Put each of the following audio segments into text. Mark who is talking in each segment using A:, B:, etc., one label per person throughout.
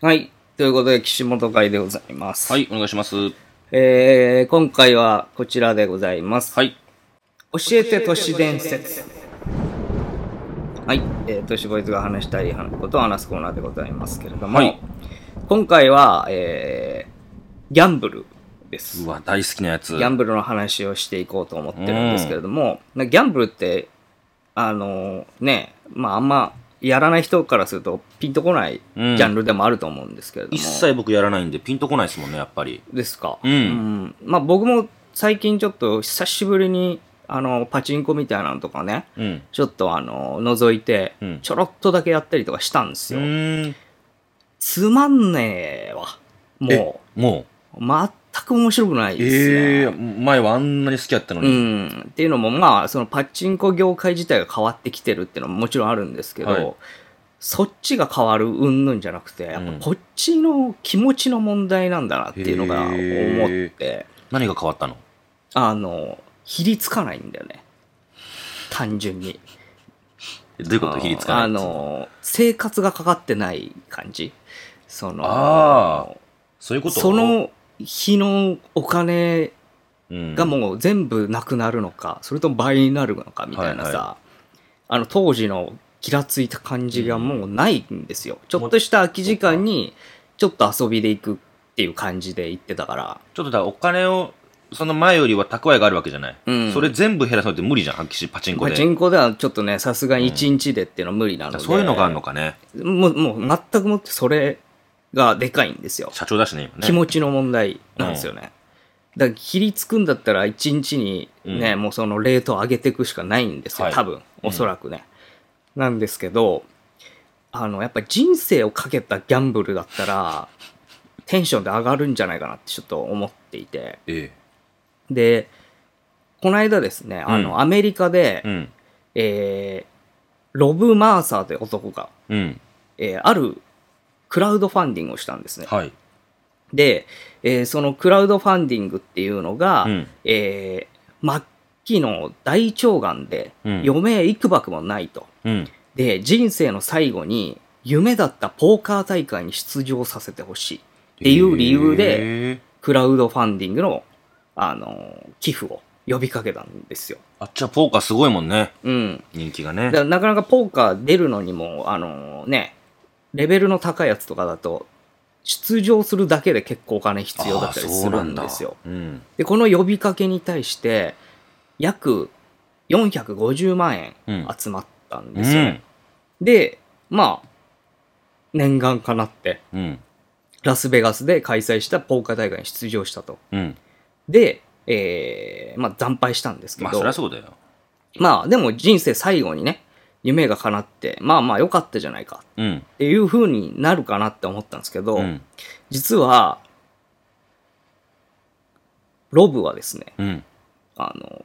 A: はい。ということで、岸本会でございます。
B: はい、お願いします。は
A: えー、今回はこちらでございます。
B: い。
A: 教えて都市伝説。はい。えー、都市ボーイズが話したいことを話すコーナーでございますけれども、
B: はい
A: 今回は、えー、ギャンブルです
B: う。わ、大好きなやつ。
A: ギャンブルの話をしていこうと思ってるんですけれども、なギャンブルって、あのね、まああんまやらない人からするとピンとこないジ
B: うん
A: ャンルでもあると思うんですけれども。
B: 一切僕やらないんで、ピンとこないですもんね、やっぱり。
A: ですか。
B: うん
A: んまあ僕も最近ちょっと久しぶりに、あの、パチンコみたいなのとかね、
B: うん。
A: ちょっとあの、覗いて
B: うん、
A: ちょろっとだけやったりとかしたんです
B: う
A: よ。
B: ーん。
A: つまんねえわ。も
B: う。も
A: う、全く面白くな
B: う。
A: いですね。
B: ええー、前はあんなに好きやったの
A: う
B: に。
A: ん、っていうのもまあそのパチンコ業界自体が変わってきてるっていうのももちろんあるんですけど、
B: はい
A: そっちが変わる云々じゃなくてやっぱこっちの気持ちの問題なんだなっていうのが思って、
B: 何が変わったの
A: あの比率かないんだよね単純に
B: えどういうこと比率かない
A: あの生活がかかってない感じその
B: あそういうこと
A: そ、の日のお金
B: うん、
A: がもう全部なくなるのか、それとも倍になるのかみたいなさ、
B: はい
A: あの当時のギラついた感じがもうないんですよ。ちょっとした空き時間に、ちょっと遊びで行くっていう感じで行ってたから。
B: ちょっとだからお金を、その前よりは蓄えがあるわけじゃない。
A: うん
B: それ全部減らすのって無理じゃん、発揮し、パチンコ
A: パ
B: で。
A: チンコではちょっとね、さすがに1日でっていうのは無理なので、
B: そういうのがあるのかね。
A: もう、もう全くもってそれがでかいんですよ。
B: 社長だしね、今
A: 気
B: ね。
A: 持ちの問題なんですよね。だから、ひりつくんだったら、1日にね、もうそのレートを上げていくしかないんですよ、
B: はい
A: 多分、おそらくね。なんですけど、あの、やっぱ人生をかけたギャンブルだったら、テンションで上がるんじゃないかなってちょっと思っていて。
B: え
A: で、この間ですね、あの、
B: うん
A: アメリカで、
B: え。うん。
A: えーロブ・マーサーという男が、
B: うん。
A: えーあるクラウドファンディングをしたんですね。
B: はい。
A: で、えーそのクラウドファンディングっていうのが、
B: うん
A: えー末期の大腸がんで、
B: うん
A: 余命いくばくもないと。
B: うん。
A: で、人生の最後に、夢だったポーカー大会に出場させてほしいっていう理由で、
B: ええ。
A: クラウドファンディングの、あのー寄付を呼びかけたんですよ。
B: あっちはポーカーすごいもんね。
A: うん。
B: 人気がね
A: だか。らなかなかポーカー出るのにも、あのーね、レベルの高いやつとかだと、出場するだけで結構お金必要だったりするんですよ。
B: あーそうなんだ
A: で、この呼びかけに対して、約450万円
B: うん
A: 集まったん
B: う
A: ですよ。
B: ん。
A: で、まあ、念願かなって、
B: うん。
A: ラスベガスで開催したポーカー大会に出場したと。
B: うん。
A: で、えー、まあ、惨敗したんですけ
B: まあ、
A: ど、
B: そりゃそうだよ。
A: まあ、でも人生最後にね、夢が叶って、まあまあ良かったじゃないか
B: うん。
A: っていう風になるかなって思ったんですけど、
B: うん。
A: 実は、ロブはですね、
B: うん。
A: あの、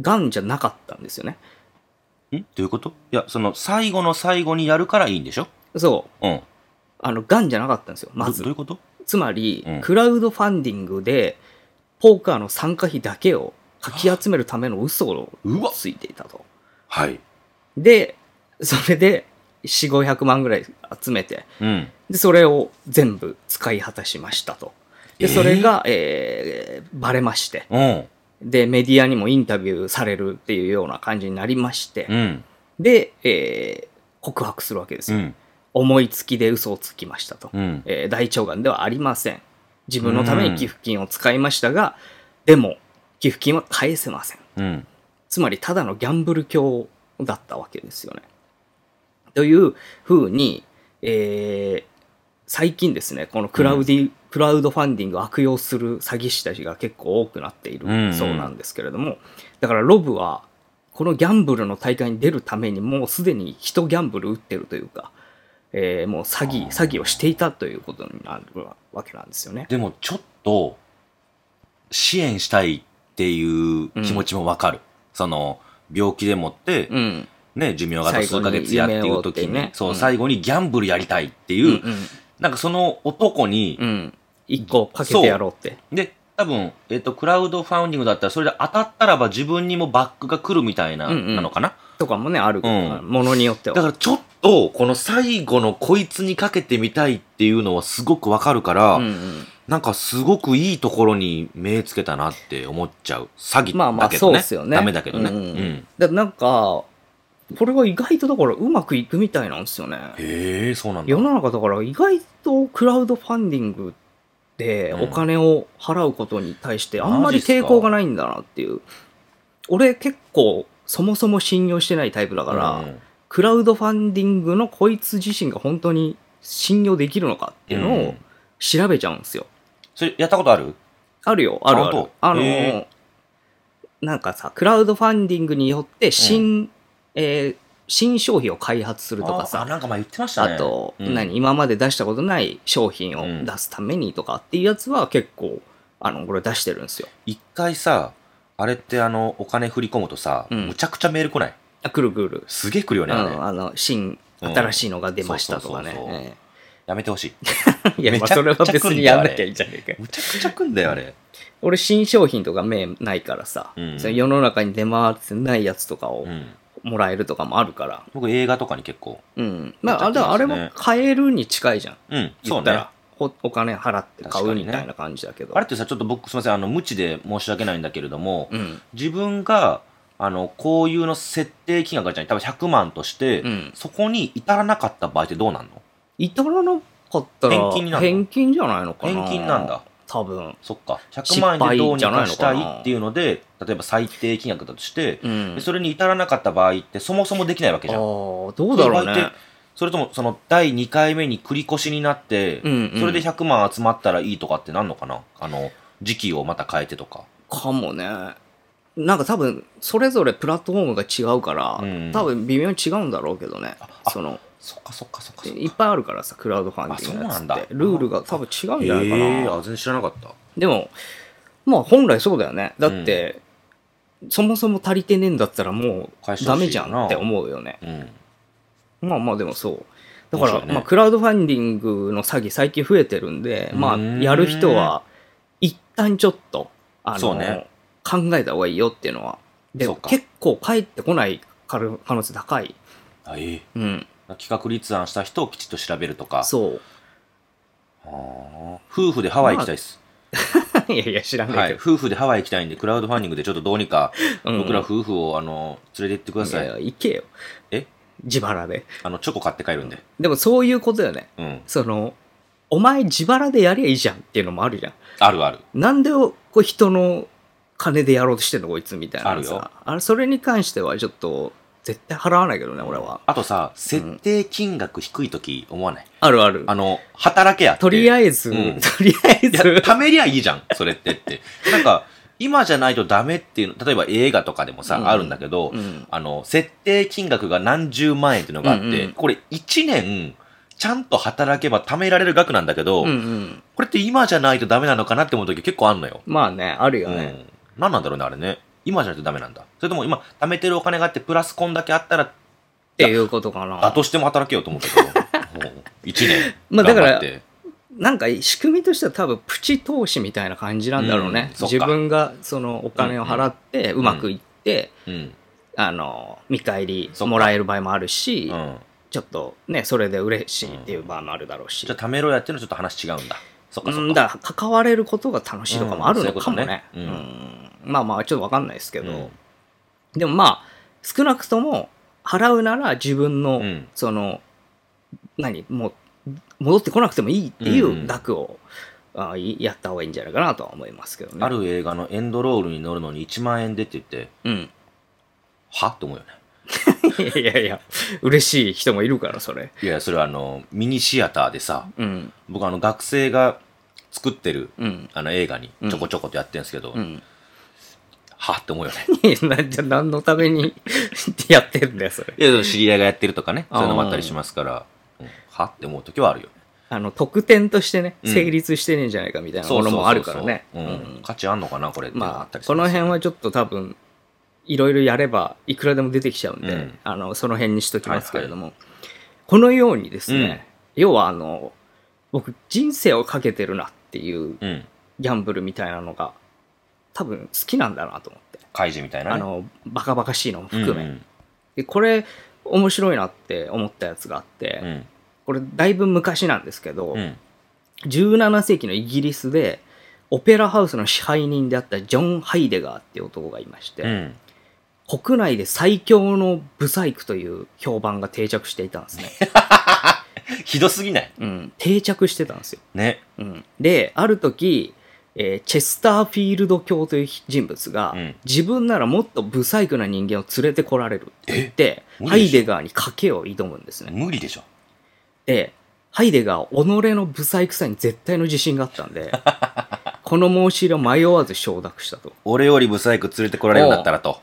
A: ガンじゃなかったんですよね。
B: んどういうこといや、その、最後の最後にやるからいいんでしょ
A: そう。
B: うん。
A: あの、ガンじゃなかったんですよ、ま
B: どどうい
A: ず
B: う。こと
A: つまり、
B: うん
A: クラウドファンディングで、ポーカーの参加費だけをかき集めるための嘘を
B: うわ
A: ついていたと。
B: はい。
A: で、それで、4、500万ぐらい集めて、
B: うん。
A: で、それを全部使い果たしましたと。で、それが、えーバレまして。
B: うん。
A: で、メディアにもインタビューされるっていうような感じになりまして、
B: うん。
A: で、えー告白するわけです
B: う
A: よ。
B: ん。
A: 思いつきで嘘をつきましたと、
B: うん。
A: えー大腸がんではありません自分のために寄付金を使いましたが、でも寄付金は返せません
B: うん。
A: つまりただのギャンブル教だったわけですよねというふうに、えー最近ですねこのクラウディ、クラウドファンディングを悪用する詐欺師たちが結構多くなってい
B: うんう
A: る
B: ん
A: そうなんですけれども、だからロブはこのギャンブルの大会に出るためにもうすでに人ギャンブル打ってるというか、えーもう詐欺詐欺をしていたということになるわけなんですよね。
B: でも、ちょっと、支援したいっていう気持ちもわかる。その、病気でもって、
A: うん、
B: ね、寿命があと数ヶ月やって
A: 最
B: い
A: 後に夢を
B: う
A: 追っ
B: 時
A: て
B: に、
A: ね
B: そう、
A: うん
B: 最後にギャンブルやりたいっていう、
A: うん
B: なんかその男に、
A: うんうん一個かけてやろうって。
B: で、多分、えっ、と、クラウドファウンディングだったら、それで当たったらば自分にもバックが来るみたいな、
A: うんうん
B: なのかな
A: とかもね、ある
B: うん
A: ものによっては。
B: だからちょっと、この最後のこいつにかけてみたいっていうのはすごくわかるから、
A: うんうん
B: なんかすごくいいところに目つけたなって思っちゃう。詐欺
A: まあま
B: だ
A: あ
B: け
A: そ
B: ど
A: う
B: ね。
A: ですよね。
B: ダメだけどね。
A: う
B: うんん。
A: うんだからなんか、これは意外とだからうまくいくみたいなんですよね。
B: へえ、そうなんだ。
A: 世の中だから意外とクラウドファンディングで
B: うん
A: お金を払うことに対してあんまり
B: マジっすか
A: 抵抗がないんだなっていう。俺結構そもそも信用してないタイプだから、
B: うん
A: クラウドファンディングのこいつ自身が本当に信用できるのかっていうの
B: う
A: を
B: ん
A: 調べちゃうんですよ。
B: それやったことある
A: あるよ、あるあ
B: 本
A: る。
B: 当
A: あの
B: へ
A: ー、なんかさ、クラウドファンディングによって新、えー新商品を開発するとか
B: ああ
A: さ、
B: なんか前言ってました
A: あ
B: ね。
A: と、
B: うん
A: 何、今まで出したことない商品を出すためにとかっていうやつは結構、あの、これ出してるんですよ。
B: 一回さ、あれってあの、お金振り込むとさ、
A: うん
B: むちゃくちゃメール来ない
A: あ、くるくる。
B: すげえ来るよ
A: う
B: ね、あれ
A: ん、あの、新、
B: うん
A: 新しいのが出ましたとか
B: そうそうそうそう
A: ね。
B: やめてほしい。
A: ええいや、まあ、
B: めちゃくちゃ
A: それは別にやんなきゃいいじゃねえか。
B: むちゃくちゃ来んだよ、あれ。
A: 俺、新商品とか目ないからさ、
B: うん
A: その世の中に出回ってないやつとかを
B: うん。
A: もらえるとかもあるから、
B: 僕映画とかに結構。
A: うん。まあ、
B: や
A: あ
B: っ
A: れ
B: ちゃってますね
A: あれも買えるに近いじゃん。
B: うん、そ
A: 言
B: う
A: った
B: ね
A: ら。、おお金払って買
B: 確
A: う
B: かに
A: み
B: ね
A: たいな感じだけど。
B: あれってさ、ちょっと僕、すみません、あの、無知で申し訳ないんだけれども、
A: うん。
B: 自分が、あの、こういうの設定金額がじゃん、多分100万として、
A: うん。
B: そこに至らなかった場合ってどうなんの
A: 至らなかったら、
B: 返金になるの
A: 返金じゃないのかな。
B: 返金なんだ。
A: 多分。
B: そっか。100万円でどうにか
A: 失敗じ
B: し
A: ゃ
B: た
A: ないのかない
B: っていうので、例えば最低金額だとして、
A: うん。
B: でそれに至らなかった場合って、そもそもできないわけ
A: あ
B: じ
A: あ
B: ゃん。
A: ー、どうだろう
B: そういう場合っ
A: ね
B: て。それとも、その、第2回目に繰り越しになって、
A: うんうん
B: それで100万集まったらいいとかってなんのかなあの、時期をまた変えてとか。
A: かもね。なんか多分、それぞれプラットフォームが違うから、
B: うん
A: 多分微妙に違うんだろうけどね。
B: あ
A: その、
B: そっかそっかそっかそっか。
A: いっぱいあるからさ、クラウドファンディングのやつ
B: あそうなん
A: って。
B: だ
A: ルールが多分違うんじゃないかな。
B: えーあ全然知らなかった。
A: でも、まあ本来そうだよね。だって、そもそも足りてねえんだったらも
B: 返し
A: うダ
B: てほしいよな
A: メじゃんって思うよね。
B: うん。
A: まあまあでもそう。だから、
B: 面白いね
A: まあクラウドファンディングの詐欺最近増えてるんで、まあ
B: うーん
A: やる人は一旦ちょっと、あ
B: そ
A: の、
B: うね
A: 考えた方がいいよっていうのは。で
B: そう、か
A: 結構返ってこない可能可能性高い。
B: あええ
A: うん。
B: 企画立案した人をきちっと調べるとか。
A: そう。
B: あー夫婦でハワイ行きたいです。
A: いやいや、知らな
B: はいい。
A: けど。
B: 夫婦でハワイ行きたいんで、クラウドファンディングでちょっとどうにか、
A: うん
B: 僕ら夫婦を、あの、連れて行ってくだ
A: い
B: さ
A: や
B: い。
A: いや、行けよ。
B: え
A: 自腹で。
B: あの、チョコ買って帰るんで。
A: でもそういうことだよね。
B: うん。
A: その、お前自腹でやりゃいいじゃんっていうのもあるじゃん。
B: あるある。
A: なんでこう人の金でやろうとしてんのこいつみたいなさ。
B: あるよ
A: あれ、それに関してはちょっと、絶対払わないけどね、俺は。
B: あとさ、設定金額低いとき思わない、
A: あるある。
B: あの、働けやって。
A: とりあ
B: え
A: えず、
B: うん
A: とりあえず、
B: 貯めりゃいいじゃん、それってって。なんか、今じゃないとダメっていうの、例えば映画とかでもさ、
A: うん
B: あるんだけど、
A: うん
B: あの、設定金額が何十万円っていうのがあって、
A: うんうん
B: これ1年、ちゃんと働けば貯められる額なんだけど、
A: うんうん。
B: これって今じゃないとダメなのかなって思う時結構あんのよ。
A: まあね、あるよ
B: う
A: ね。
B: ん。何なんだろうね、あれね。今じゃないとダメなんだ。それとも今、貯めてるお金があって、プラスこんだけあったら、
A: っていうことか
B: だ
A: な。
B: としても働けようと思うけ ど、もう1年。
A: まあだから
B: 頑張って
A: なんか仕組みとしては多分プチ投資みたいな感じなんだろうね
B: う。んそっか
A: 自分がそのお金を払って、うまくいって、
B: うん。
A: あの、見返り
B: そっか
A: もらえる場合もあるし、
B: うん。
A: ちょっとね、それで嬉しいっていう場合もあるだろうし、
B: じゃあ、貯めろやっていうのはちょっと話違うんだ。そっかそっ
A: う
B: か。
A: ん、だから関われることが楽しいとかもあるのかも
B: うんそういう
A: ね。
B: こ
A: う
B: とね
A: んまあまあ、ちょっとわかんないですけど、
B: うん
A: でもまあ、少なくとも払うなら自分の、
B: うん
A: その、何、もう、戻ってこなくてもいいってい
B: うんう
A: うん額を、あいやった方がいいんじゃないかなとは思いますけどね。
B: ある映画のエンドロールに乗るのに1万円でって言って、
A: うん。
B: はって思うよね。
A: いやいや、嬉しい人もいるから、それ。
B: いや、それはあの、ミニシアターでさ、
A: うん。
B: 僕あの、学生が作ってる、
A: うん。
B: あの、映画に
A: うん
B: ちょこちょことやってるんですけど、
A: うん。
B: はって思うよ
A: い
B: ね。
A: やなじゃあ何のために やってんだよ、それ。
B: いや、でも知り合いがやってるとかね、
A: あー
B: そういうのもあったりしますから、うんはって思う時はあるよ。
A: あの、特典としてね、
B: うん
A: 成立してねえんじゃないかみたいな
B: そう
A: も
B: そ
A: のも
B: うそうそう
A: あるからね。
B: うん
A: うん
B: 価値あんのかな、これっていうのがあ
A: ま
B: った
A: あ、
B: り
A: この辺
B: は、
A: はちょっと多分、いろいろやれば、いくらでも出てきちゃうんで、
B: うん
A: あの、その辺にしときますけれども、このようにですね、要はあの、僕、人生をかけてるなっていう
B: うん。
A: ギャンブルみたいなのが、多分好きなんだなと思って。
B: 開示みたいな、ね。
A: あの、バカバカしいのも含め。
B: うんうん
A: でこれ面白いなって思ったやつがあって、
B: うん。
A: これだいぶ昔なんですけど、
B: うん。
A: 17世紀のイギリスでオペラハウスの支配人であったジョン・ハイデガーっていう男がいまして、
B: うん。
A: 国内で最強のブサイクという評判が定着していたんです ね、
B: ひどすぎない
A: うん、定着してたんですよ、
B: ね。
A: うん、である時、えーチェスターフィールド教という人物が、
B: うん
A: 自分ならもっとブサイクな人間を連れてこられるって言って
B: え
A: ハイデガーに賭けを挑むんですね
B: 無理でしょ。
A: で、ハイデガー、己の不細工さに絶対の自信があったん で、この申し入れを迷わず承諾したと。
B: 俺よりブサイク連れてこられるんだったらと。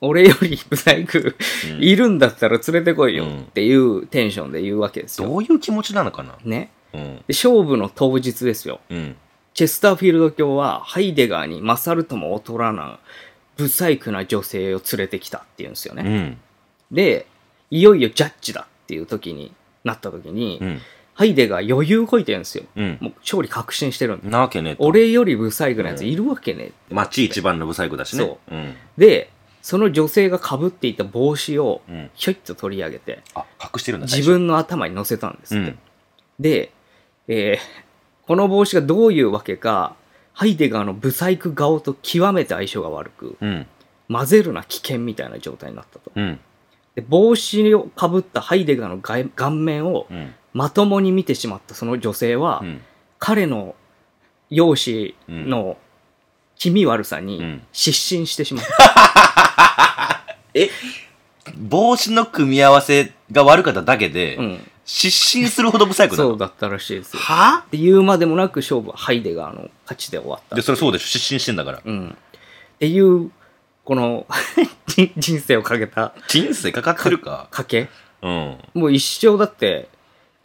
A: 俺より不細工
B: うん
A: いるんだったら連れてこいよ
B: うん
A: っていうテンションで言うわけです
B: ど
A: よ。
B: ういう気持ちなのかな
A: ね。
B: うん。
A: で、勝負の当日ですよ。
B: うん。
A: チェスターフィールド教は、ハイデガーに勝るとも劣らない、不細工な女性を連れてきたっていうんですよ
B: う
A: ね。
B: ん。
A: で、いよいよジャッジだっていう時になった時に、
B: うん。
A: ハイデガー余裕こいてるんですよ。
B: うん。
A: もう勝利確信してるんで
B: なわけねえと。
A: 俺よりブサイクなやついるわけねえって、
B: 町一番のブサイクだしね。。
A: そう
B: うん。
A: でその女性がかぶっていた帽子を
B: うん。
A: ひょいっと取り上げて
B: あ、隠してるんだ、
A: 自分の頭に乗せたんですっ
B: 最
A: て、
B: 初。うん。
A: で、えーこの帽子がどういうわけかハイデガーのブサイク顔と極めて相性が悪く
B: うん。
A: 混ぜるな危険みたいな状態になったと
B: うん。
A: で帽子をかぶったハイデガーの顔顔面を
B: うん。
A: まともに見てしまったその女性は、
B: うん。
A: 彼の容姿の気味悪さ
B: う
A: に
B: ん
A: 失神してしまった
B: 帽子の組み合わせが悪かっただけで、
A: うん、
B: 失神するほどブサイクな
A: そ
B: の
A: うだったらしいですよ。
B: は
A: っていうまでもなく勝負はハイデガーの勝ちで終わった。
B: で、それそうでしょ。失神してんだから。
A: うん、っていう、この 人人生をかけた
B: 人生かかってるか。
A: 賭け。
B: うん。
A: もう一生だって、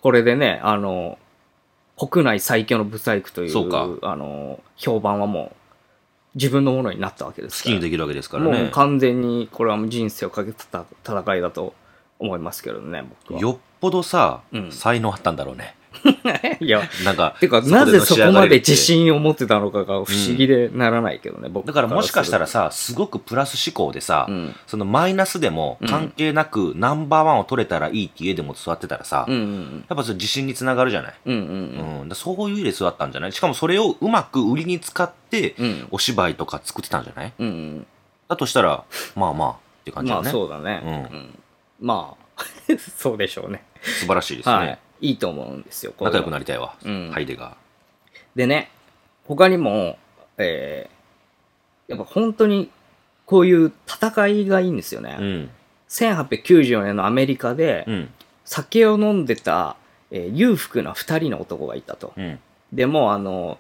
A: これでね、あの、国内最強のブサイクとい
B: そうか
A: うあの評判はもう自分のものになったわけで
B: 好
A: すか
B: き
A: ら。
B: にできるわけですから
A: もう
B: ね。
A: 完全にこれはもう人生をかけた戦いだと思いますけどね、僕は。
B: よっぽどさ、
A: うん
B: 才能あったんだろうね。
A: いや、
B: なんか。
A: てか、
B: こでの
A: なぜそ
B: 仕上
A: こ
B: が
A: ま
B: り
A: で
B: って
A: 自信を持ってたのかが不思議でならないけどね、僕
B: だからもしかしたら
A: す
B: さ、すごくプラス思考でさ、
A: るうん、
B: そのマイナスでも
A: うん
B: 関係なくナンバーワンを取れたらいいって家でも座ってたらさ、
A: うん
B: やっ
A: うん
B: ぱそれ自信につながるじゃない。
A: うんうん
B: うん。だからそういう家で座ったんじゃないしかもそれをうまく売りに使って、
A: うんうん
B: お芝居とか作ってたんじゃない
A: うんうん
B: だとしたら、まあまあって感じ
A: ま
B: だ
A: あ
B: ね。
A: そうだね、
B: うん
A: まあそうでしょうね
B: 素晴らしいですね。
A: はいいいと思うんですよこういう
B: 仲
A: の
B: 良くなりたいわ、
A: うん
B: ハイデガ
A: でね他にもえーやっぱ本当にこういう戦いがいいんですよね、
B: ー。うん。
A: 1894年のアメリカで
B: うん。
A: 酒を飲んでた、えー裕福な2人の男がいたと、
B: うん。
A: でもうあの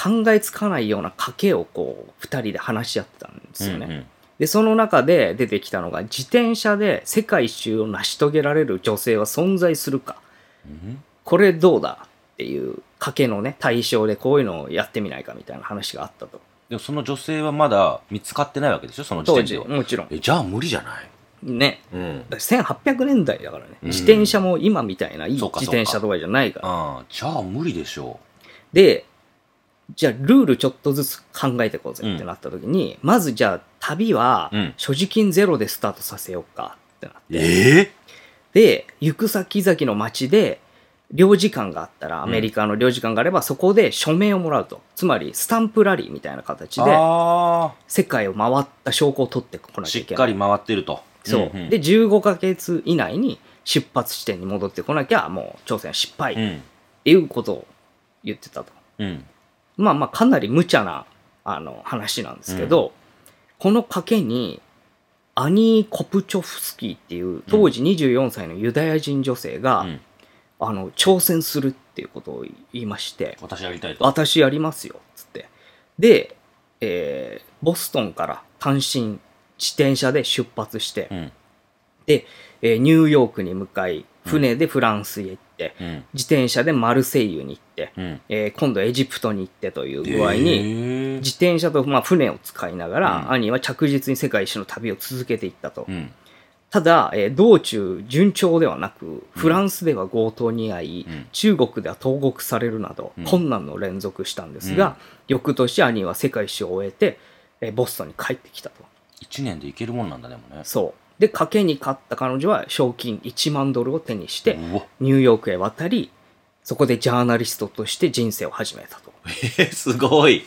A: 考えつかないような賭けをこう2人で話し合ってたんですよね、
B: うん
A: でその中で出てきたのが自転車で世界一周を成し遂げられる女性は存在するか
B: うん。
A: これどうだっていう賭けのね対象でこういうのをやってみないかみたいな話があったと
B: でもその女性はまだ見つかってないわけでしょその時
A: 当
B: 点
A: 時
B: では。
A: もちろん
B: え、じゃあ無理じゃない
A: ね
B: うん。
A: だから1800年代だからね、
B: うん
A: 自転車も今みたいないい
B: そ
A: 自
B: うかそうか
A: 転車とかじゃないから
B: ああ、じゃあ無理でしょ
A: でじゃあルールちょっとずつ考えていこうぜってなった時に、まずじゃあ旅は
B: うん
A: 所持金ゼロでスタートさせようかってなって、
B: ええ
A: で行く先々の街で領事館があったらアメリカの領事館があればそこで署名をもらうと、つまりスタンプラリーみたいな形で
B: あ
A: 世界を回った証拠を取ってこ
B: あ、
A: なき
B: し
A: ゃい
B: っ
A: け
B: か
A: ない
B: り回ってると。
A: そう、
B: んん
A: で、15ヶ月以内に出発地点に戻ってこなきゃもう挑戦失敗っ
B: う
A: て
B: ん。
A: いうことを言ってたと、
B: うん。
A: まあまあかなり無茶なあの話なんですけど、この賭けにアニー・コプチョフスキーっていう当時24歳のユダヤ人女性が、
B: うん
A: あの挑戦するっていうことを言いまして
B: 私やりたいと。
A: 私やりますよっつってで、えーボストンから単身自転車で出発して、
B: うん。
A: で、えーニューヨークに向かい船でフランスへ行って、
B: うん。
A: 自転車でマルセイユに行って、
B: うん。
A: えー今度エジプトに行ってという具合に、
B: ええ
A: 自転車と、まあ、船を使いながら、
B: うん
A: 兄は着実に世界一周の旅を続けていったと、
B: うん。
A: ただ、えー道中順調ではなくフランスでは強盗に遭い、
B: うん
A: 中国では投獄されるなど、
B: うん
A: 困難の連続したんですが、
B: うん
A: 翌年兄は世界一周を終えて、えーボストンに帰ってきたと
B: 一年でいけるもんなんだ、でもね。
A: そうで、賭けに勝った彼女は賞金1万ドルを手にして、
B: うわ
A: ニューヨークへ渡り、そこでジャーナリストとして人生を始めたと。
B: えーすごい。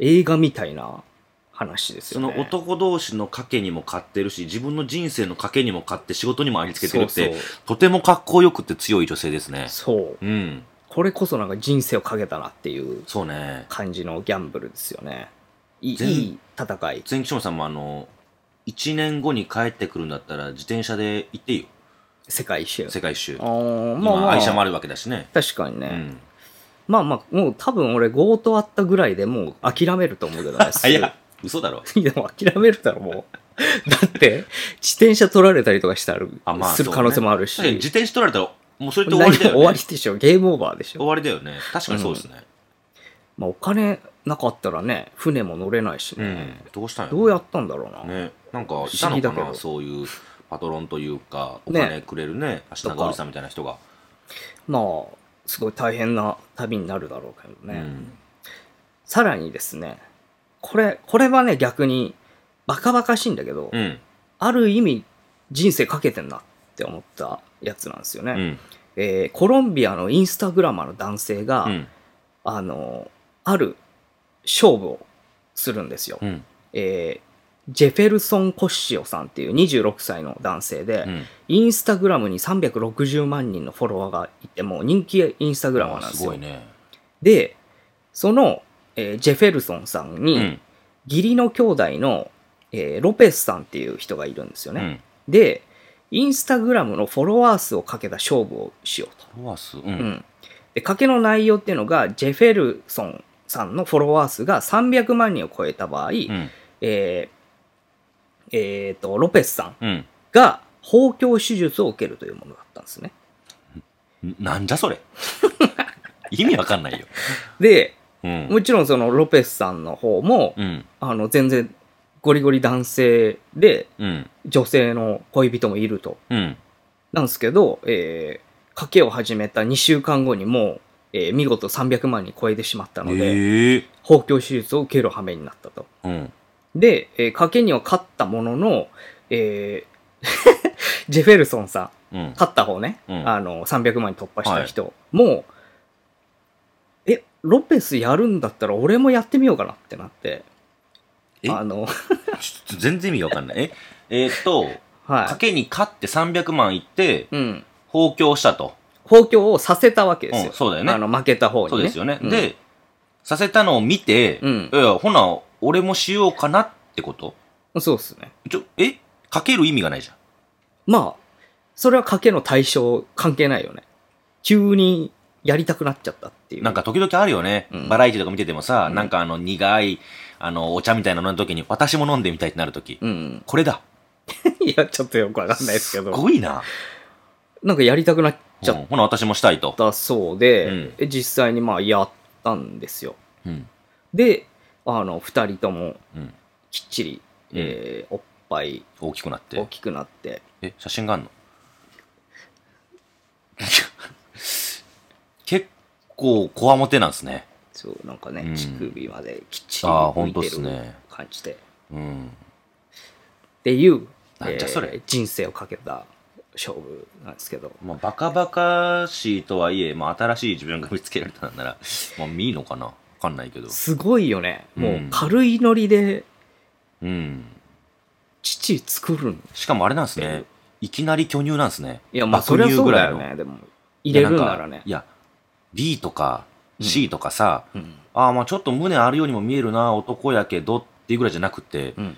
A: 映画みたいな話です
B: そ
A: よね。
B: の男同士の賭けにも勝ってるし、自分の人生の賭けにも勝って仕事にもありつけてるって、
A: そうそう
B: とてもかっこよくて強い女性ですね。
A: そう。
B: うん。
A: これこそなんか人生をかけたなっていう
B: そうね。
A: 感じのギャンブルですよね。いい
B: 全
A: いい戦い。
B: 前岸さんもあの、1年後に帰ってくるんだったら自転車で行っていいよ。
A: 世界一周。
B: 世界一周。
A: あーまあ
B: 今、
A: まあ、
B: 愛車もあるわけだしね。
A: 確かに
B: う
A: ね。
B: ん。
A: まあまあ、もう多分俺強盗あったぐらいでもう諦めると思うけど ね。
B: あ、いや、嘘だろ。
A: すぐいや、もう諦めるだろ、もう。 だって、自転車取られたりとかしたら、
B: あ、まあ、
A: する可能性もあるし。
B: そうね自転車取られたら、もうそれって
A: 終
B: 終
A: わ
B: わ
A: り
B: りだよね。
A: 終わりでしょ。ゲームオーバーでし
B: 終
A: ょ。
B: わりだよね。確かにそうですね。
A: まあ、お金なかったらね、船も乗れないし
B: うん。
A: ね。
B: どうしたんやろ
A: どうやったんだろうな。
B: ね、なんかい
A: 不
B: た
A: 思議
B: の
A: だ
B: か
A: けど
B: なそういうパトロンというかお
A: ね
B: 金くれるね足長おじさんみたいな人が、
A: まあ、すごい大変な旅になるだろうけどね。
B: うん
A: さらにですね、これ、これはね、逆に、バカバカしいんだけど、
B: うん
A: ある意味、人生かけてんなって思ったやつなんですよね。
B: うん
A: えーコロンビアのインスタグラマーの男性が、
B: うん
A: あの、ある勝負をするんですよ。
B: うん
A: えージェフェルソン・コッシオさんっていう26歳の男性で、
B: うん
A: インスタグラムに360万人のフォロワーがいて、もう人気インスタグラマーなんです
B: す
A: よ。
B: ごいね
A: で、その、えージェフェルソンさんに、
B: うん
A: 義理の兄弟の、えーロペスさんっていう人がいるんですよ
B: う
A: ね。
B: ん
A: で、インスタグラムのフォロワー数をかけた勝負をしようと。
B: フォロワー数う
A: うんん、で賭けの内容っていうのがジェフェルソンさんのフォロワー数が300万人を超えた場合、
B: うん
A: えーえーとロペスさん
B: うん
A: が包協手術を受けるというものだったんですね。
B: なんじゃ それ意味わかんないよ
A: で
B: うん
A: もちろんそのロペスさんの方も、
B: うん
A: あの全然ゴリゴリ男性で
B: うん
A: 女性の恋人もいると。
B: うん
A: なんですけど、えー賭けを始めた2週間後にもう、えー見事300万人超えてしまったので、
B: ええ
A: 包協手術を受ける羽目になったと。
B: うん
A: で、えー賭けには勝ったものの、えー ジェフェルソンさん、
B: うん
A: 勝った方ね、
B: うん
A: あの、300万に突破した人、もう、え、ロペスやるんだったら俺もやってみようかなってなって、
B: え
A: あの、
B: ちょ全然意味わかんないええーっと
A: は
B: 賭けに勝って300万いって
A: い。うん。
B: 包協したと
A: 包協をさせたわけですよ。
B: うんそうだよね
A: あの、負けた方にね。
B: そうですよね。
A: うん、
B: で、させたのを見て、
A: うん
B: いや、ほな、俺もしようかなってこと
A: そうですね。
B: ちょ、えかける意味がないじゃん。
A: まあ、それは賭けの対象関係ないよね。急にやりたくなっちゃったっていう。
B: なんか時々あるよね。
A: うん
B: バラエティとか見ててもさ、
A: うん
B: なんかあの苦い、あの、お茶みたいなのの時に、私も飲んでみたいってなる時。
A: うん。
B: これだ。
A: いや、ちょっとよくわかんないですけど。
B: ごいな。
A: なんかやりたくなっちゃ
B: う
A: っ
B: んほな、私もしたいと。
A: たそうで、
B: うん
A: え実際にまあやったんですよ。
B: うん。
A: で、あの、二人とも
B: うん。
A: きっちり、えーおっぱい
B: 大きくなって。
A: 大きくなって、
B: え、写真があんの 結構、こわもてなんですね。
A: そう、なんか
B: う
A: ね
B: ん、
A: 乳首まできっちり
B: ああ、
A: 浮
B: 本
A: い
B: 当ってす
A: る
B: ね。
A: 感じで、っ
B: うん。
A: ていう、
B: なんじゃそれ
A: 人生をかけた勝負なんですけど、
B: まあ、バカバカしいとはいえ、まあ、新しい自分が見つけられたんなら、まあ、いいのかなわかんないけど。
A: すごいよね。もううん軽いノリで
B: うん。
A: 父作るん
B: しかもあれなんですね。いきなり巨乳なんですね。
A: いや、まあそ
B: 爆
A: れは
B: 乳
A: そ
B: ぐ
A: う
B: ら
A: だ
B: いの
A: よね、でも。入れる
B: いや
A: なんら
B: か
A: ね
B: い。や、B とか
A: うん
B: C とかさ、
A: うん。
B: ああ、まあちょっと胸あるようにも見えるな、男やけどっていうぐらいじゃなくて、
A: うん。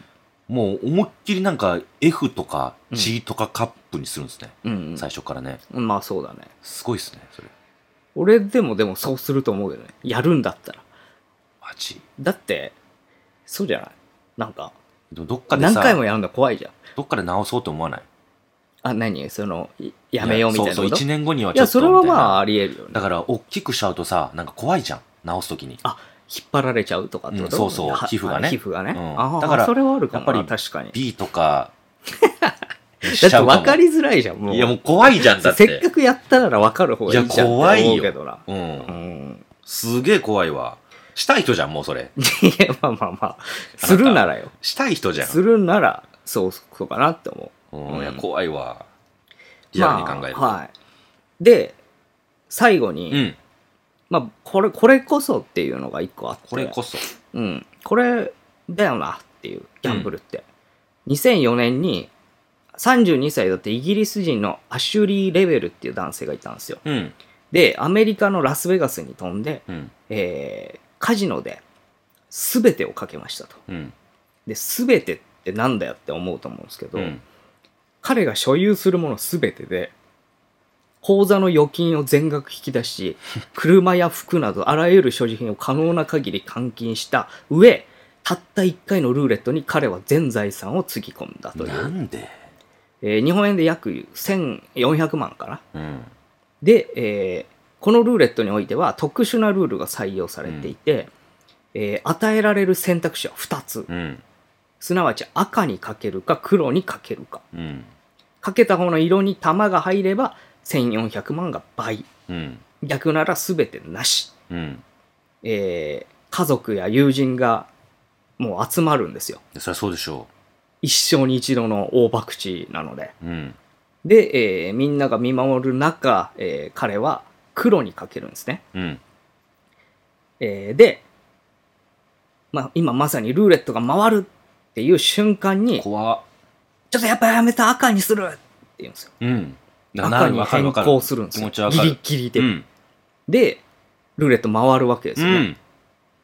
B: もう思いっきりなんか F とか
A: うん
B: C とかカップにするんですね。
A: うん
B: 最初からね。
A: うん。まあそうだね。
B: すごいですね、それ。
A: 俺でもでもそうすると思うけどね。やるんだったら。
B: マジ。
A: だって、そうじゃないなんか、
B: でもどっかで
A: 何
B: さ、
A: 回もやるの怖いじゃん。
B: どっかで直そうと思わない
A: あ、何その、いやめようみたいな
B: そ
A: こ
B: うそ
A: と
B: う、1
A: い
B: 年後にはちょ
A: や、
B: っと
A: そ
B: みた
A: れ
B: いな。
A: はまああり得るよね
B: だ。から、大きくしちゃうとさ、なんか怖いじゃん。直すときに。
A: あ、引っ張られちゃうとかってこと
B: うんそうそう
A: は
B: 皮膚がね
A: あ皮膚がね。
B: うん
A: ああ、
B: だから
A: それはあるかもな
B: やっぱり
A: 確かに。
B: B とか、
A: だ
B: し
A: っ
B: ち
A: て
B: ゃうかも
A: 分かりづらいじゃん、もう。
B: いや、もう怖いじゃん、だって。
A: せっかくやったなら分かる方がいいじゃんって思うけどな。
B: う。
A: うんん。
B: すげえ怖いわ。したい人じゃん、もうそれ。
A: いや、まあまあまあ。するならよ。
B: したい人じゃん。
A: するなら、そうそうかなって思う。
B: うん、いや
A: うん
B: 怖いわリアルに考えると、
A: まあはい、で最後に、
B: うん
A: まあ、これこれこそっていうのが一個あって
B: これこそ
A: うん、これだよなっていうギャンブルって、2004年に32歳だってイギリス人のアシュリー・レベルっていう男性がいたんですよ
B: うん
A: でアメリカのラスベガスに飛んで、
B: うん
A: えーカジノで全てをかけましたと
B: うん
A: で全てってなんだよって思うと思うんですけど、
B: うん
A: 彼が所有するもの全てで口座の預金を全額引き出 し車や服などあらゆる所持品を可能な限り換金した上たった1回のルーレットに彼は全財産をつぎ込んだとい
B: な
A: う、
B: んで
A: えー日本円で約1400万かな
B: うん
A: で、えーこのルーレットにおいては特殊なルールが採用されていて、えー与えられる選択肢は2つ
B: うん
A: すなわち赤にかけるか黒にかけるか
B: うん
A: かけた方の色に玉が入れば1400万が倍
B: うん
A: 逆なら全てなし、
B: うん
A: えー家族や友人がもう集まるんですよ
B: そりゃそうでしょ
A: 一生に一度の大博打なので
B: ううん
A: で、えーみんなが見守る中、えー彼は黒にかけるんですね、
B: うん
A: えーで、まあ、今まさにルーレットが回るっていう瞬間にちょ
B: 怖っ
A: っとやっぱやめた赤にするって言うんですよ
B: うんなな
A: 赤
B: る
A: に
B: わかる
A: 変
B: わかる
A: 更するんです
B: 気
A: よ
B: 持ちわかる
A: ギリギリで、
B: うん
A: で、ルーレット回るわけですよね。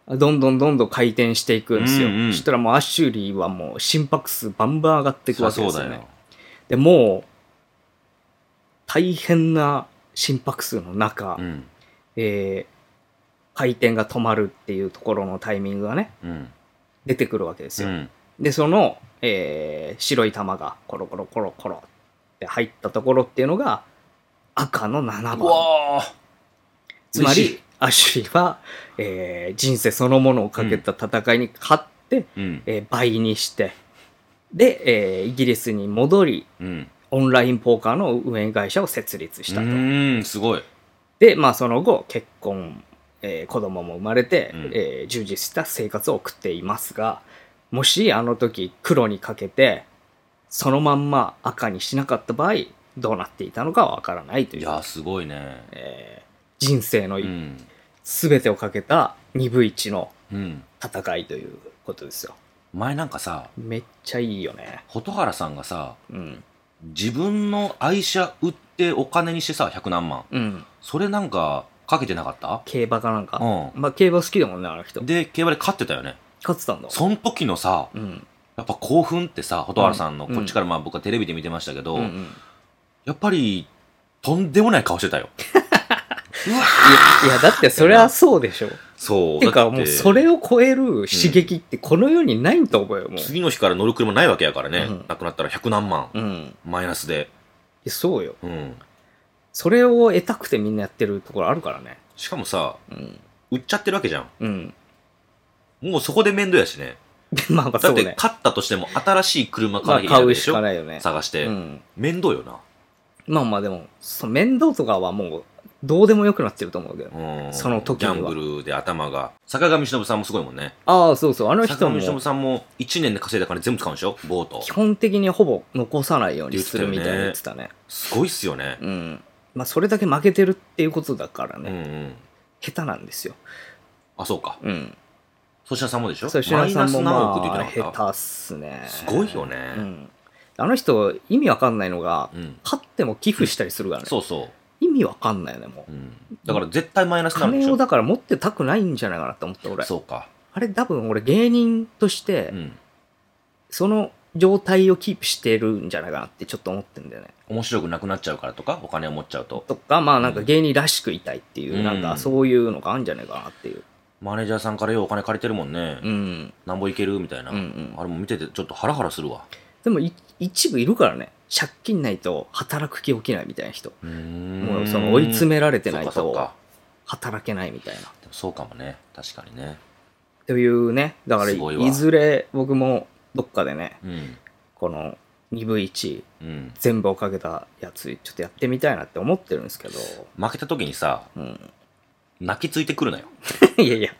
A: どんどんどんどん回転していくんですよ。
B: うんうん
A: そしたらもうアッシュリーはもう心拍数バンバン上がっていく
B: そり
A: わ
B: ゃ
A: けで
B: そう
A: すよ
B: だ
A: ね。
B: よ
A: でもう、大変な心拍数の中、
B: うん
A: えー回転が止まるっていうところのタイミングがね、
B: うん
A: 出てくるわけですよ。
B: うん
A: で、その、えー白い玉がコロコロコロコロって入ったところっていうのが、赤の7
B: う
A: 番。
B: わー
A: つま
B: 嬉し
A: り、アシュリーは、えー人生そのものをかけた戦いに勝って、
B: うん
A: えー倍にして、で、えーイギリスに戻り、
B: うん
A: オンラインポーカーの運営会社を設立した
B: う
A: と。
B: ーんすごい
A: で、まあその後、結婚、えー子供も生まれて、
B: うん
A: えー充実した生活を送っていますが、もしあの時黒にかけて、そのまんま赤にしなかった場合、どうなっていたのかはわからないと
B: い
A: いう、
B: やーすごいね
A: えー人生の
B: うん
A: 全てをかけた2分1の
B: うん
A: 戦いということですよ。
B: 前なんかさ
A: めっちゃいいよね。
B: 蛍原さんがさ
A: うん。
B: 自分の愛車売ってお金にしてさ100何万
A: うん。
B: それなんかかけてなかった
A: 競馬かなんか。
B: う
A: まあ、競馬好きだもんね、あの人
B: ん。で競馬で勝ってたよね
A: 勝ってたんだ。
B: その時のさ
A: うん。
B: やっぱ興奮ってさ蛍原さんの
A: うん
B: こっちからまあ僕はテレビで見てましたけど、
A: うんうん
B: やっぱりとんでもない顔してた ようわ
A: いや、だってそれはそうでしょ。
B: そう
A: て
B: だ
A: か、もうそれを超える刺激ってこの世にないと思うよ、もう。
B: 次の日から乗る車ないわけやからね、
A: うん
B: なくなったら100何万
A: うん。い
B: マイナスで
A: やそうよ。
B: うん
A: それを得たくてみんなやってるところあるからね。
B: しかもさ
A: うん。
B: 売っちゃってるわけじゃん
A: うん。
B: もうそこで面倒やしね
A: でまあまあ、
B: だ
A: そ
B: っ
A: う
B: て
A: ね。
B: 勝ったとしても新しい車買
A: ま
B: わ
A: あ、
B: なきゃいけ
A: 買
B: ないで
A: う
B: し
A: し
B: ょ、
A: かないよね。
B: 探して、
A: うん。
B: 面倒よな
A: まあまあ、でも、その面倒とかはもう、どうでもよくなってると思うけど。
B: うん
A: その時には
B: ギャンブルで頭が坂上忍さんもすごいもんね
A: ああ、そうそう。あの
B: 坂
A: 人
B: 上
A: も。
B: 忍さんも1年で稼いだ金全部使うんでしょボート
A: 基本的にほぼ残さないようにするみたいな言ってたね。
B: すごいっすよね
A: うん。まあ、それだけ負けてるっていうことだから
B: うんう
A: ね、
B: ん
A: 下手なんですよ。
B: あそうか
A: うん。
B: 粗品さんもでしょ
A: そう、品さんも
B: マイナス何
A: ま
B: 億って言
A: あ、
B: ってなかった
A: 下手っすね。
B: すごいよね
A: うん。あの人、意味わかんないのが、
B: うん
A: 勝っても寄付したりするからね。
B: そうそ
A: 意味わかんないよね、も
B: う、
A: う。
B: うん、だから絶対マイナスになるでし
A: 金を
B: ょ
A: だから持ってたくないんじゃないかなって思った、俺。
B: そうか
A: あれ、多分俺、芸人として
B: う、ん
A: その状態をキープしてるんじゃないかなってちょっと思ってんだよね。
B: 面白くなくなっちゃうからとかお金を持っちゃうと
A: とか、まあなんか芸人らしくいたいっていう、
B: うん
A: なんかそういうのがあるんじゃないかなっていう。
B: マネージャーさんからようお金借りてるもんね、
A: うん。
B: なんぼいけるみたいな、
A: うんうん
B: あれも見ててちょっとハラハラするわ
A: でもい一部いるからね。借金ないと働く気起きないみたいな人。
B: も
A: もうその追い詰められて
B: そ
A: な
B: う
A: い
B: かそう
A: と
B: か
A: 働けないみたいな。
B: でもそうかもね確かにね
A: というね。だから
B: すごいわ
A: いずれ僕もどっかでね、
B: うん
A: この 2V1
B: うん
A: 全部をかけたやつちょっとやってみたいなって思ってるんですけど。
B: 負けた時にさ
A: うん、
B: 泣きついてくるなよ
A: いやいや、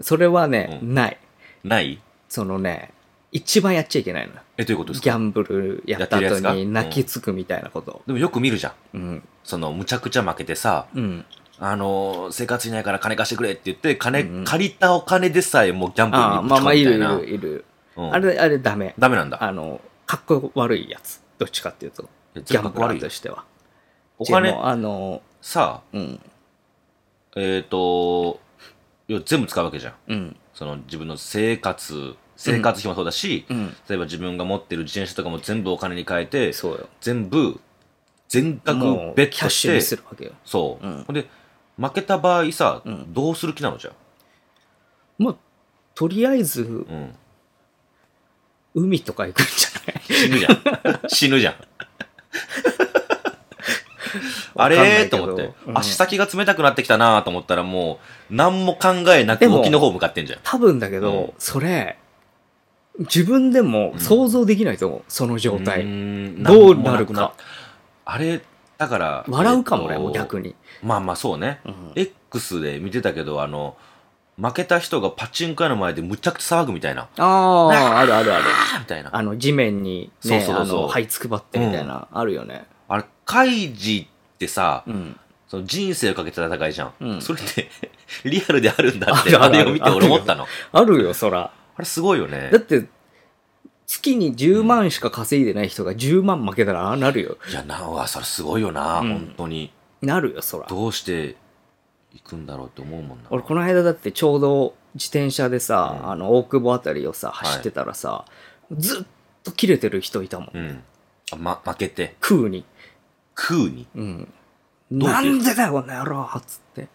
A: それはね、
B: うん
A: ない。
B: ない
A: そのね、一番やっちゃいけないのよ
B: え、どういうこと
A: ギ
B: ですか
A: ャンブルやった
B: やっ
A: 後
B: てるやつか
A: に泣きつくみたいなこと
B: でもよく見るじゃん。
A: うん
B: その、むちゃくちゃ負けてさ、
A: うん
B: あのー、生活しないから金貸してくれって言って、金、
A: うんうん
B: 借りたお金でさえもうギャンブルに
A: ああ
B: ぶ
A: まあ
B: ち込
A: まあ
B: むみ
A: い
B: た
A: る
B: い
A: い
B: な。
A: るいる、
B: うん
A: あれあれダメ
B: ダメなんだ。
A: あのかっこ悪いやつどっちかっていうと
B: い
A: ギ
B: や全
A: ャ
B: 部
A: ン
B: か
A: ブ
B: っこ
A: ラ
B: 悪
A: ー
B: い
A: と
B: よ
A: しては
B: お
A: で
B: 金
A: もあの
B: さ、
A: うん
B: えっ、と、要は全部使うわけじゃん。
A: うん
B: その自分の生活、生活費もそうだし、
A: うん
B: 例えば自分が持ってる自転車とかも全部お金に変えて、
A: そうよ
B: 全部、全額
A: もう
B: ベ
A: キ
B: ッ
A: ャッ
B: ト
A: シュに
B: し
A: する
B: て、
A: わけよ
B: そう。
A: うん
B: ほんで、負けた場合さ、
A: うん
B: どうする気なのじゃ
A: まあとりあえず
B: あうん。
A: 海とか行くんじゃない
B: 死ぬじゃん。死ぬじゃん。あ
A: わかんない
B: れ
A: け
B: と
A: ど
B: 思って、
A: うん
B: 足先が冷たくなってきたなと思ったらもう、何も考えなく
A: でも
B: 沖の方向かってんじゃん。
A: 多分だけど、
B: うん
A: それ自分でも想像できないと思う、その状態、
B: うーん
A: どうなるか。
B: あれ、だから。
A: 笑うかも
B: え
A: ね、
B: っと
A: もう逆に、
B: まあまあそうね。
A: うん
B: X で見てたけど、あの、負けた人がパチンコ屋の前でむちゃくちゃ騒ぐみたいな。
A: あああるあるある
B: あーみたいな。
A: あの地面にね
B: そうそうそうそう
A: あの這いつくばってみたいな、あるよね
B: あれ、カイジってさ、
A: うん
B: その人生をかけて戦いじゃん。
A: うん
B: それって、 リアルであるんだって、
A: あるある
B: あ
A: ある
B: れを見て俺思ったの。あ
A: あるよそら
B: れすごいよね
A: だ。って月に10万しか稼いでない人が10万負けたらああなるよ
B: いや、なあ、それすごいよな、
A: うん
B: 本当に。
A: なるよそら
B: どうしていくんだろうって思うもんな。
A: 俺この間だってちょうど自転車でさ、
B: うん
A: あの大久保あたりをさ走ってたらさ、ずっと切れてる人いたもん、
B: うん。あま、負けて、
A: 空に、
B: 空に。
A: うん、
B: どういう
A: なんでだよこの野郎っつって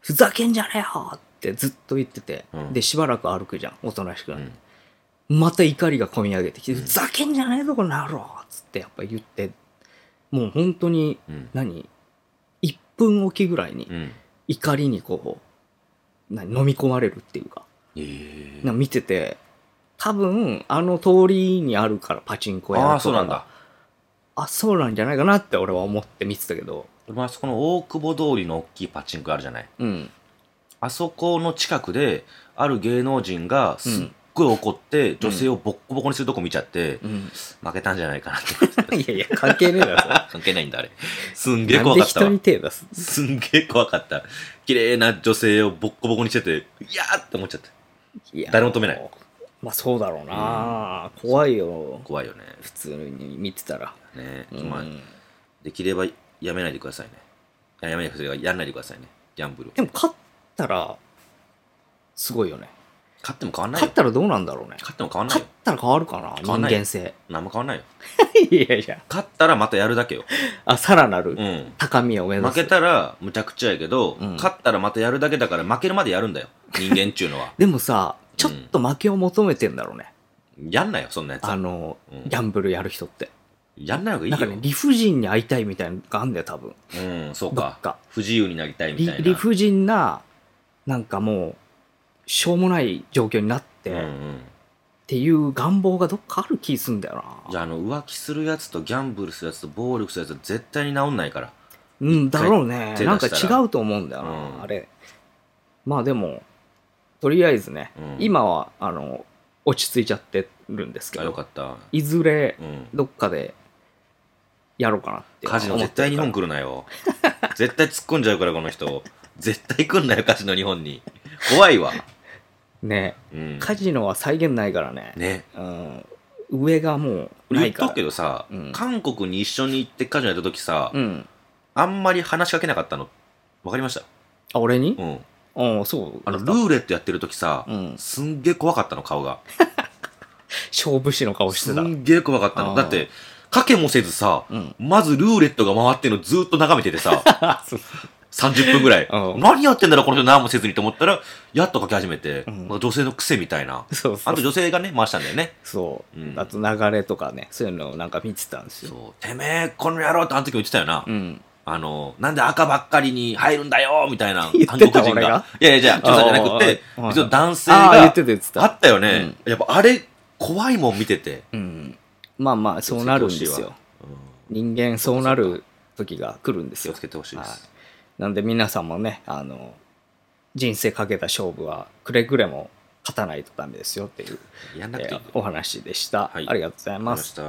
A: ふざけんじゃねえよってずっと言ってて、
B: うん
A: でしばらく歩くじゃんおとなしく
B: う
A: なって
B: ん。
A: また怒りが込み上げてきて、
B: うん
A: ふざけんじゃねえぞこの野郎っつってやっぱ言ってもう本当に
B: うん。
A: 何1分おきぐらいに
B: うん。
A: 怒りにこう何飲み込まれるっていうか
B: ええ
A: なんか見てて多分あの通りにあるからパチンコ屋とか
B: あ
A: が
B: あ、そうなんだ。
A: あそうなんじゃないかなって俺は思って見てたけど
B: 俺もあそこの大久保通りの大きいパチンコあるじゃない。
A: うん
B: あそこの近くで、ある芸能人がすっごい怒って、女性をボッコボコにするとこ見ちゃって、
A: うん
B: 負けたんじゃないかなって。
A: いやいや関係ねえだろ それ
B: 関係ないんだ、あれ。すんげえ
A: なん
B: 怖
A: で
B: かった
A: 人
B: わ
A: に。手出す
B: すんげえ怖かった。綺麗な女性をボッコボコにしてて、いやーって思っちゃって。
A: いや
B: 誰も止めない
A: もうまあそうだろうな、怖いよ
B: 怖いよね。
A: 普通に見てたら、
B: ね、
A: うん
B: まあ、できればやめないでくださいね。いややめないでください。やらないでくださいね。ギャンブルを
A: で。も勝ったらすごいよね
B: 勝っても変わんないよ
A: 勝っ。たらどうなんだろうね
B: 勝っても変わんない
A: 勝っ
B: よ。
A: たら変わるかな
B: 変わ
A: 人
B: んないよ
A: 間性
B: 何も変わんないよ。
A: いやいや
B: 勝ったらまたやるだけよ。
A: あさらなる
B: うん。
A: 高みを目指
B: 負
A: す、
B: けたらむちゃくちゃやけど、
A: うん。
B: 勝ったらまたやるだけだから負けるまでやるんだよ。人間っちゅうのは
A: でもさちょっと負けを求めてんだろうね、
B: やんなよ、そんなやつは。
A: あの、
B: うん
A: ギャンブルやる人って
B: やんない方がいい
A: なんか
B: よ。
A: ね理不尽に会いたいみたいなのがあんだよ多分
B: うん、そう
A: どっか
B: か。不自由になりたいみ
A: 理
B: たいな。
A: 理不尽ななんかもうしょうもない状況になって、
B: うんう
A: っ
B: ん。
A: ていう願望がどっかある気すんだよな
B: じゃあ、あの、浮気するやつとギャンブルするやつと暴力するやつは絶対に治んないから。
A: うん、だろうね。
B: 手出
A: なんか
B: したら
A: 違うと思うんだよな、
B: うん
A: あれ。まあでも、とりあえずね、
B: うん
A: 今は、あの、落ち着いちゃってるんですけ
B: あ、よか
A: ど、
B: った。
A: いずれ
B: う、ん。
A: どっかで、やろうかなって。
B: カジノ絶対日本来る なよ。絶対突っ込んじゃうから、この人。絶対来んなよ、カジノ日本に。怖いわ。
A: ね、
B: うん。
A: カジノは再現ないからね。
B: ね。
A: うん、上がもう、ない
B: 言っ
A: か
B: と
A: ら。
B: くけどさ、
A: うん
B: 韓国に一緒に行ってカジノやった時さ、
A: うん。
B: あんまり話しかけなかったの。わかりました
A: あ、俺に
B: うん。
A: うん、そう。
B: あの、ルーレットやってる時さ、
A: うん
B: すんげえ怖かったの、顔が。
A: 勝負師の顔して
B: す
A: た。うん。
B: んげえ怖かった
A: あ
B: の。
A: ー
B: だって、かけもせずさ、 まずルーレットが回ってるのずーっと眺めて てさ、
A: そう
B: 30分ぐらい。
A: うん
B: 何やってんだろう、この人何もせずにと思ったら、やっとかけ始めて、
A: うん
B: なんか女性の癖みたいな。
A: そうそ
B: あ
A: う
B: と。女性がね、回したんだよね。
A: そう、
B: うん
A: あと流れとかね、そういうのをなんか見てたんですよ。
B: そう。てめえ、この野郎ってあの時も言ってたよな。
A: うん。
B: あの、なんで赤ばっかりに入るんだよみたいな、
A: 言ってた
B: 韓国人
A: 俺が
B: が。いやいや、じゃあ、女性じゃなくて
A: あーはい、
B: 一応男性
A: ああ、言っ
B: が
A: て、た言って
B: あ
A: た。
B: ったよね。やっぱあれ、怖いもん見てて。
A: うん。まあまあ、そうなるんで
B: 気をつ
A: す
B: けて
A: よ
B: ほ。しいわ。うん
A: 人間、そうなる時が来るんです
B: 気を
A: よ
B: つ。けてほしいで
A: はい
B: す。
A: なんで皆さんもね、あの、人生かけた勝負は、くれぐれも勝たないとダメですよっていう、
B: やんなくていい
A: えーお話でした、
B: はい
A: ありがとうござい
B: ま
A: ます
B: した。